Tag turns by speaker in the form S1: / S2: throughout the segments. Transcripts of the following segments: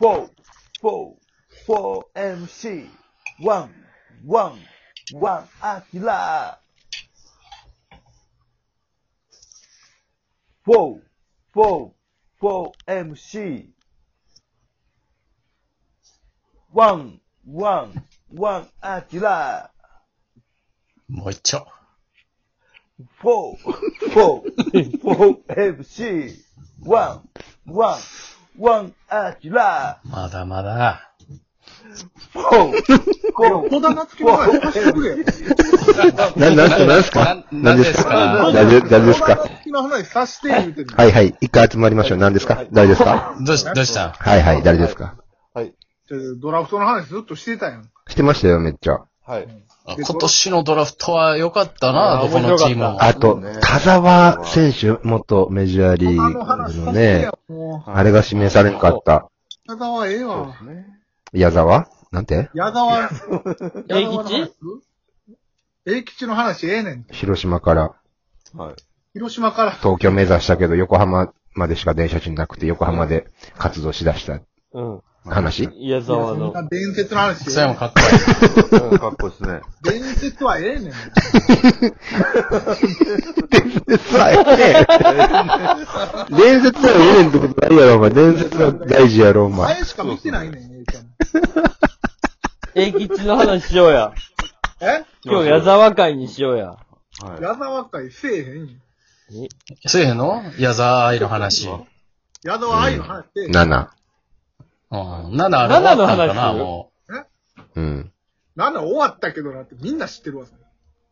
S1: four, four, four MC, one, one, one アキラ。four, four, four MC, one, one, one アキラ。
S2: もう一丁。
S1: four, four, four MC, one, one, one アキラ。
S2: まだまだ。
S1: こう、こ
S3: 小田夏樹の前に話してくれ。
S4: な、なんすか、なんすか
S2: ななんですか
S4: 何ですか何です
S3: 小田
S4: か
S3: 夏樹の話さして言うてる。
S4: はいはい。一回集まりましょう。何ですか誰ですか
S2: どうし、どうしたん
S4: はいはい。誰ですか
S3: ドラフトの話ずっとしてたやん。
S4: してましたよ、めっちゃ。
S5: はい。
S2: あ今年のドラフトは良かったな、
S5: あ
S2: ど
S5: ー
S2: このチーム
S5: 面白
S2: も。
S5: かっ
S4: あと、田沢選手、元メジャーリ
S3: 小田
S4: ー
S3: の話
S4: グ
S3: さして
S4: のね
S3: や、もう。
S4: あれが指名されんかった。
S3: 矢沢ええわ。
S4: 矢沢なんて
S3: 矢沢、矢沢
S6: え
S3: の話栄吉の話ええねん。
S4: 広島から
S3: 広島から。
S4: 東京目指したけど、横浜までしか電車賃なくて、横浜で活動しだした
S5: うん。
S4: 話
S6: 矢沢の。
S3: 伝説の話
S2: そ
S3: え
S2: れ
S3: え
S2: もかっこいい。
S5: うんかっこいいですね。
S3: 伝説はええねん。
S4: 伝説は ええ。伝説はええねんってことないやろ、お前。伝説は大事やろ、
S3: あ
S4: お前。
S3: れしか見てないねん、ええちゃん。
S6: 英吉の話しようや。
S3: え
S6: 今日矢沢会にしようや。
S3: 矢沢会せえへんよ。
S2: せえへんの矢沢愛の話。うん。
S3: 矢沢愛の話せえへん。
S4: 7。
S2: なんだあれ終わったんかな、
S6: 七の話
S2: も
S4: うん。
S3: なんだ終わったけどなってみんな知ってるわ。それ
S2: う。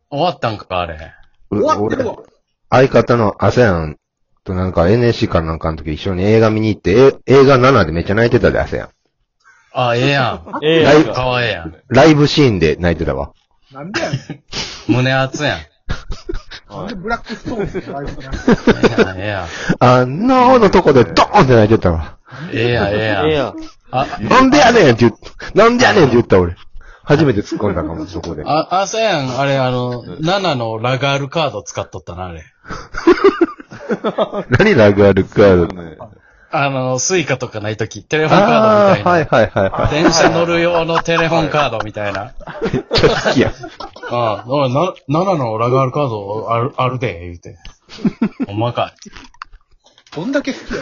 S2: 終わったんか、あれ。
S4: う
S3: 終わってるわ。
S4: 相方のアセアンとなんか NSC かなんかの時一緒に映画見に行って、え映画7でめっちゃ泣いてたで、アセアン。
S2: あ、ええやん。
S6: ええ
S4: ラ
S6: や
S4: イ
S6: ん
S4: ブ
S6: か。
S2: かわええやん。
S4: ライブシーンで泣いてたわ。
S3: なんでやねん。
S2: 胸熱やん。え
S3: なんでブラックストーンズのライブなん
S2: えやん、ええやん。
S4: あのーのとこでドーンって泣いてたわ。
S2: ええやん、え
S6: ええ
S2: えやん。
S6: やん。
S2: あ、
S4: なんでやねんって言った、なんでやねんって言った俺。初めて突っ込んだかも、そこで。
S2: あ、あ、そうやん、あれ、あの、7のラガールカード使っとったな、あれ。
S4: 何ラグあるかある。
S2: あの、スイカとかないとき、テレホンカード
S4: あ
S2: み
S4: あ、は
S2: た
S4: い
S2: い
S4: はいはい
S2: な。
S4: は
S2: 電車乗る用のテレホンカードみたいな。
S4: い。めっちゃ好きや。
S2: ああ、おい、な、7のラガールカードある、あるで、言うて。 ほんまか
S3: どんだけ好きや。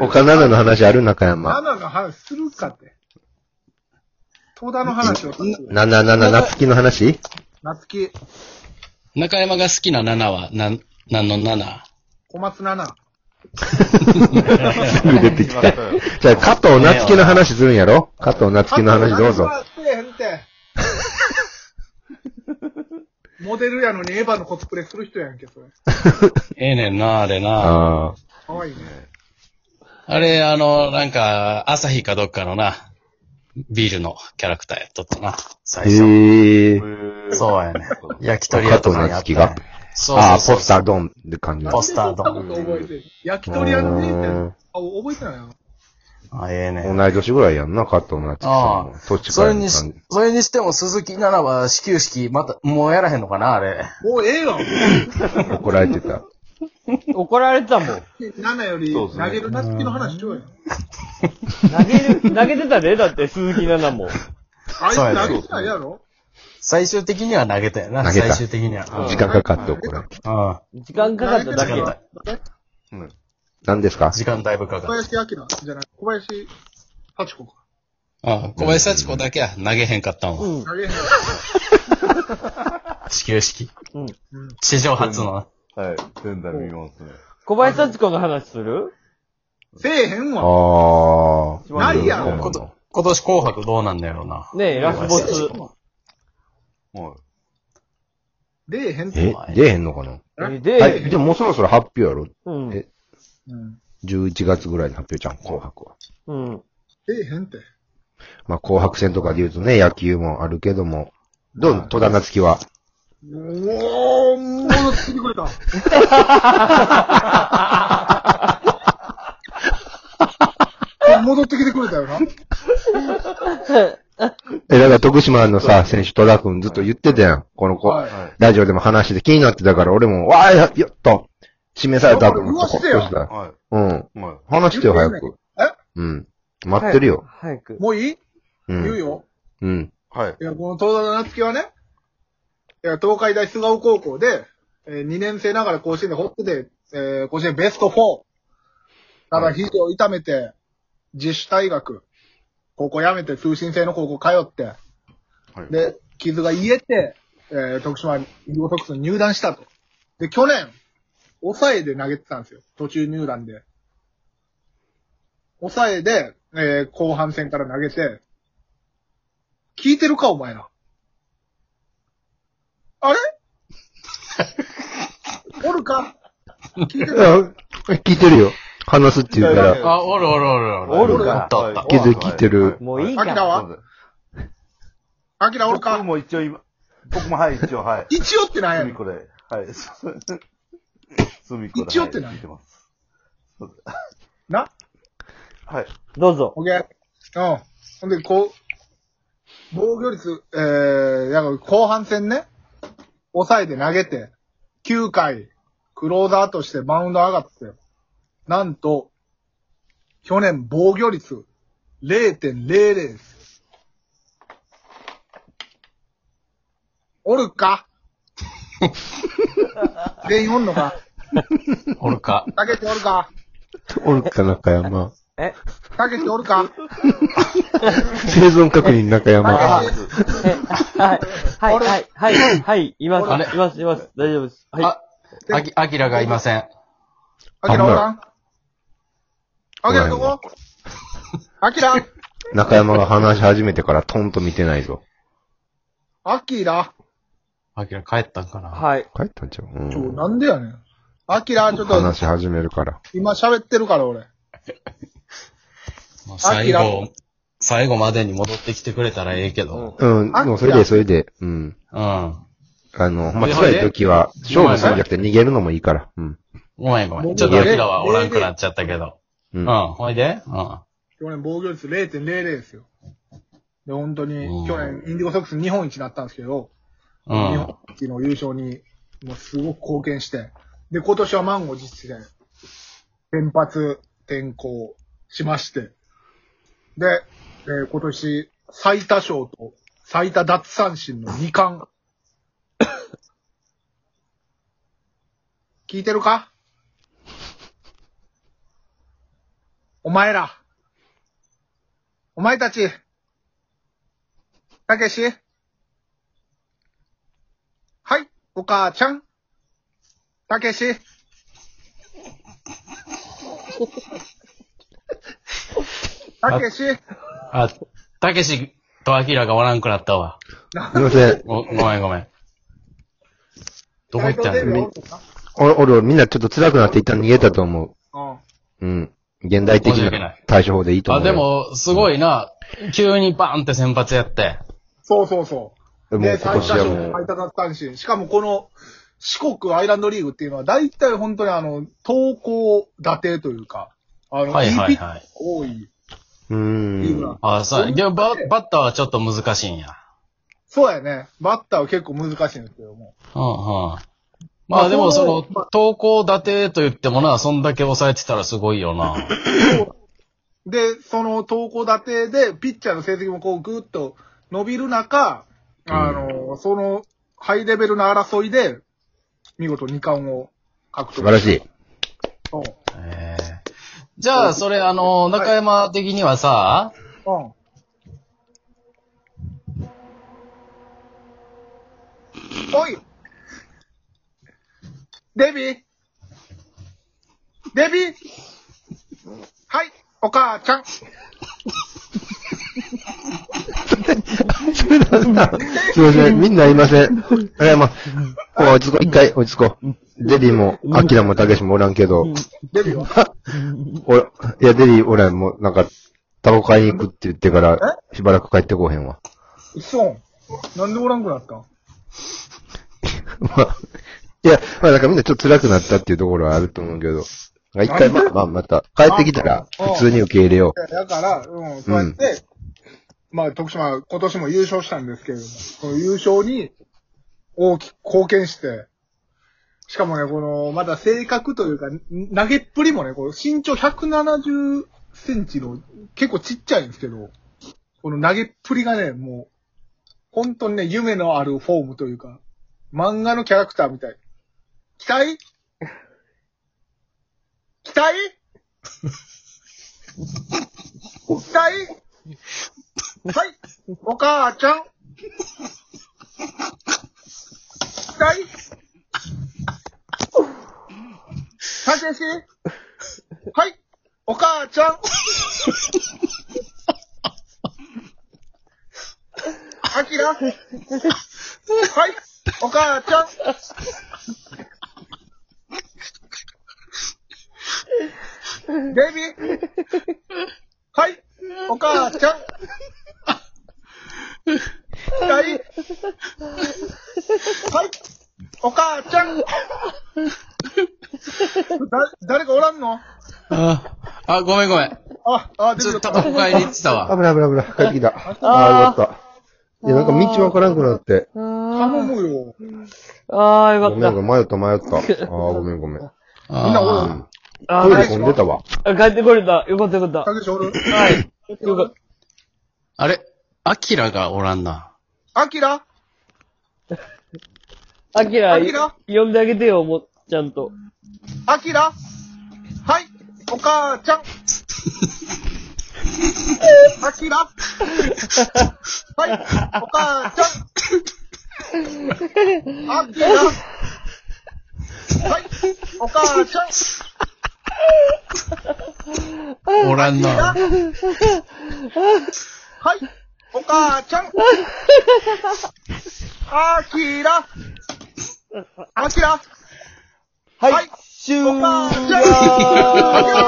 S4: 他7の話ある中山。
S3: 7の話するかって。東田の話をさせてよ
S4: 77、夏希の話
S3: 夏木、
S2: い。中山が好きな7は、なん、なんの 7?
S3: 小松菜奈。
S4: すぐ出 てきた。じゃあ、加藤夏希の話するんやろ加藤夏希の話どうぞ。
S3: あと夏はせえへん て。モデルやのにエヴァのコスプレする人やんけ、それ。
S2: ええねんな、あれな。
S4: あ
S3: かわいいね。
S2: あれ、あの、なんか、朝日かどっかのな、ビールのキャラクターやっとったな、
S4: あ。
S2: 最初。
S4: へえ。
S2: そうやね。焼き鳥
S4: 加
S2: 屋と
S4: 藤
S2: かにあっ
S4: 夏
S2: た
S4: 希
S2: やん
S4: が。。
S2: そう
S4: ああ、
S2: そ
S4: ポ
S2: う
S4: ス
S2: そう。
S4: タードンって感じなんだ
S2: ポスタード
S3: なんでそんなこと覚えてる焼き鳥屋のね
S4: う
S3: っ
S4: ん
S3: て。あ、覚えてないな。
S2: あええねん。
S4: 同い年ぐらいやんな、加藤夏樹さんも。年
S2: そ
S4: 近
S2: れ
S4: いの
S2: に
S4: 感
S2: し
S4: じ。、
S2: それにしても鈴木奈々は始球式、また、もうやらへんのかな、あれ。
S3: もうええわ。
S4: 怒られてた。
S6: 怒られてたもん。
S3: 7より投げる夏木の話しようや。
S6: 投げ る、投げてたで、だって、鈴木奈々も。
S3: あいつ
S2: そうやね
S3: 投げてないやろ
S2: 最終的には投げたよな。
S4: 投げた
S2: 最終的には。うん
S4: 時間かかって怒られて。
S2: うん。
S6: 時間かかっただけ
S2: 時間。
S4: 何ですか
S2: 時間だいぶか
S3: 小
S2: かる。
S3: 林明じゃない。小林幸子か。
S2: あ小林幸子だけは投げへんかったもん。
S6: うん。
S3: 投げへん。
S2: 始球式。
S6: うん
S2: 史上初の。
S5: はい。前代未聞ですね。
S6: 小林幸子の話する
S3: せえへん
S4: あ
S3: わ。
S4: あ。
S3: ないやろ
S2: 今年今年紅白どうなんだろうな。
S6: ねえ、ラスボス。
S5: は
S3: 出えへんって。
S4: え、出えへんのかな
S6: え
S4: は
S6: で、
S4: い。でももうそろそろ発表やろ
S6: うん。
S4: え
S3: うん。
S4: ?11 月ぐらいの発表じゃん、紅白は。
S6: うん。
S3: 出えへんって。
S4: まあ、紅白戦とかで言うとね、野球もあるけども。どう戸田夏樹は。
S3: おー、戻ってきてくれた。 戻ってきてくれたよな。
S4: え、だから徳島のさ、選手戸田くんずっと言ってたやん。この子、
S3: はい
S5: はい
S4: ラジオでも話してて気になってたから、俺も、わあ、ややっと、示されたと思っ
S3: う
S4: て、
S3: わしてよ
S4: ほっとした
S5: は
S4: うん。
S5: い。はい。
S4: 話してよ、早
S3: 言
S4: く。
S3: え
S4: うん。待ってるよ。
S6: 早く。
S3: もういい、
S4: うん。
S3: 言うよ。
S4: うん。
S5: はい。
S3: いや、この東田夏樹はね、いや、東海大菅生高校で、え2年生ながら甲子園でホップで、えー甲子園ベスト4。ただ、肘を痛めて、自主退学。高校辞めて、通信制の高校通って、
S5: はい。
S3: で、傷が癒えて、えー徳島、医療特に入団したと。で、去年、抑えで投げてたんですよ。途中入団で。抑えで、えー後半戦から投げて、聞いてるか、お前ら。あれおるか聞いて
S4: い
S3: る
S4: や聞いてるよ。話すって言うか
S5: いやい
S4: ら
S5: や。
S2: あ、おるおるおるおる。
S5: おる
S2: おったおった。
S4: 聞いてる聞いてる
S6: もういい
S3: ア
S6: か
S3: キ
S6: ら
S3: ラ。
S5: そう
S3: は
S5: です
S3: アキラおる
S5: 僕
S3: か
S5: も一応今、僕もはい、一応はい。
S3: 一応ってなんや
S5: す
S3: ね
S5: み
S3: ん
S5: こで。はい。すみこで。
S3: 一応って何
S5: はい聞いてます。
S3: な
S5: はい。
S6: どうぞ。
S3: オッケー。うん。ほんで、こう、防御率、えー、だから後半戦ね、抑えて投げて、9回、クローザーとしてマウンド上がって、なんと、去年防御率0.00です。おるか全員おんのか
S2: おるか。
S3: たけておるか
S4: おるか、中山。
S6: え、
S3: たけておるか
S4: 生存確認、中山。
S6: え、 はい、はい、はい、はい、はい、います、
S2: あれ
S6: います、います、大丈夫です。はい
S2: あ。、あき、あきらがいません。
S3: アキラおらんアキラど
S4: おら ん
S3: こアキラ
S4: 中山が話し始めてからトンと見てないぞ。
S3: アキラ
S2: あきら帰ったんかな。
S6: はい。
S4: 帰ったんちゃうう
S3: ちょ、
S4: ん。
S3: なんでやねん。アキラ、ちょっと
S4: 話、し始めるから。
S3: 今喋ってるから、俺。
S2: もう最
S3: あき
S2: 後、最後までに戻ってきてくれたらええけど。
S4: うん。
S3: あ
S4: もうそれで、それで。うん。
S2: うん。
S4: あの、ほんま
S2: でそれ
S4: 辛
S2: で
S4: い時は、勝負するんじゃなくて逃げるのもいいから。うん。
S2: ごめんごめ。
S3: もうん
S2: ちょっと
S3: も
S2: あ
S3: う
S2: きらはおらんくなっちゃったけど。
S4: う。
S2: うんん。ほいでうん。
S3: 去年防御率0.00ですよ。で、本当
S2: う
S3: に、
S2: ん
S3: 去年、インディゴソックス日本一になったんですけど、
S2: う
S3: 日
S2: ん
S3: 本。一の優勝に、もうすごく貢献して、で、今年は満を持して、先発転向しまして、で、えー今年、最多勝と最多奪三振の2冠。聞いてるかお前ら。お前たち。たけし。はい、お母ちゃん。たけし。たけし。
S2: あ、たけしとあきらがおらんくなったわ。
S4: すいません。
S2: ごごめんごめん。どこ行ったん
S3: 大丈夫
S2: や
S3: よ
S4: お、おる、みんなちょっと辛くなって一旦逃げたと思
S3: うん。
S4: う。うん。現代的
S2: 申し訳な
S4: ない対処法でいいと思
S2: あ、
S4: う。
S2: で、も、すごいな。急にバーンって先発やって。
S3: そうそうそ
S4: で
S3: う。
S4: も
S3: で、
S4: 今
S3: 最多勝、
S4: 年はも
S3: 最
S4: う、
S3: 多奪三振。しかもこの四国アイランドリーグっていうのは、大体本当にあの、投稿打てというか、あの、
S2: はいはい
S3: いいピッチャー
S2: はい。
S3: 多い
S4: ー
S3: リーグなんん。
S2: あ、そう。でもババッターはちょっと難しいんや。
S3: そうやね。バッターは結構難しいんですけども。
S2: うんうん。まあでもその、投稿立てと言ってもな、そんだけ抑えてたらすごいよな。
S3: で、その投稿打てで、ピッチャーの成績もこうぐっと伸びる中、あの、その、ハイレベルな争いで、見事2冠を獲得
S4: 素晴らしい。
S3: うん。
S2: ええじゃあ、それあの、中山的にはさ、
S3: うん。おいデビーデビーはい、お母ちゃん。
S4: それなんだ。すいません。みんないません。あれ、まあ、落ち着こう。一回落ち着こう。デビーも、アキラもたけしもおらんけど、
S3: デビー は
S4: お、いや、デビーおらんもう、なんか、タバコ買いに行くって言ってから、しばらく帰ってこうへんわ。
S3: そう。なんでおらんくなったん
S4: まあ、 いや、まあなんかみんなちょっと辛くなったっていうところはあると思うけど、まあ一回まあ、まあまた、帰ってきたら、普通に受け入れよ
S3: だから、うん、そうやって、まあ、徳島、今年も優勝したんですけれども、この優勝に大きく貢献して、しかもね、この、まだ性格というか、ん投げっぷりもね、こう身長173センチの、結構ちっちゃいんですけど、この投げっぷりがね、もう、本当にね、夢のあるフォームというか、漫画のキャラクターみたい。期 待期待期待はい、お母ちゃん期待たけしはい、お母ちゃんあきらはい、お母ちゃんデビーはい、お母ちゃん二人はい、お母ちゃんだ、誰かおらんの
S2: あーあ、ごめんごめん。
S3: あ、あ、デ
S2: ず
S3: ビ
S2: っ
S3: ー
S2: と
S3: だ
S2: 多
S3: った。
S2: 分買いに行ってたわ。
S4: 危ない危ない危ない。帰ってきた。ああー、よかった。いや、なんか道わからんくなって。
S3: 頼
S6: あ
S3: むよ。
S6: ーあー、
S4: ご
S6: よ
S4: めん
S6: かっ
S4: ごめん、迷った迷った。ああ、ごめんごめん。ト
S2: あ
S3: なお
S2: ー
S3: る
S6: た。あ
S4: イ
S6: ー
S4: レ混んでたわ。
S6: あ、帰ってこれた。よかったよかった
S3: けしおる
S6: た。はい。よかっ
S2: あれアキラがおらんな。
S3: あきら
S6: た。アキラ
S3: アキラ、
S6: 呼んであげてよ、もう、ちゃんと。
S3: あきらはい、お母ちゃんあきらはい、お母ちゃんあきらはい、お母ちゃん
S2: おらんな。
S3: はい、お母ちゃん。あきら。あきら。
S1: はい
S3: はい
S1: 終了
S3: お母ちゃん。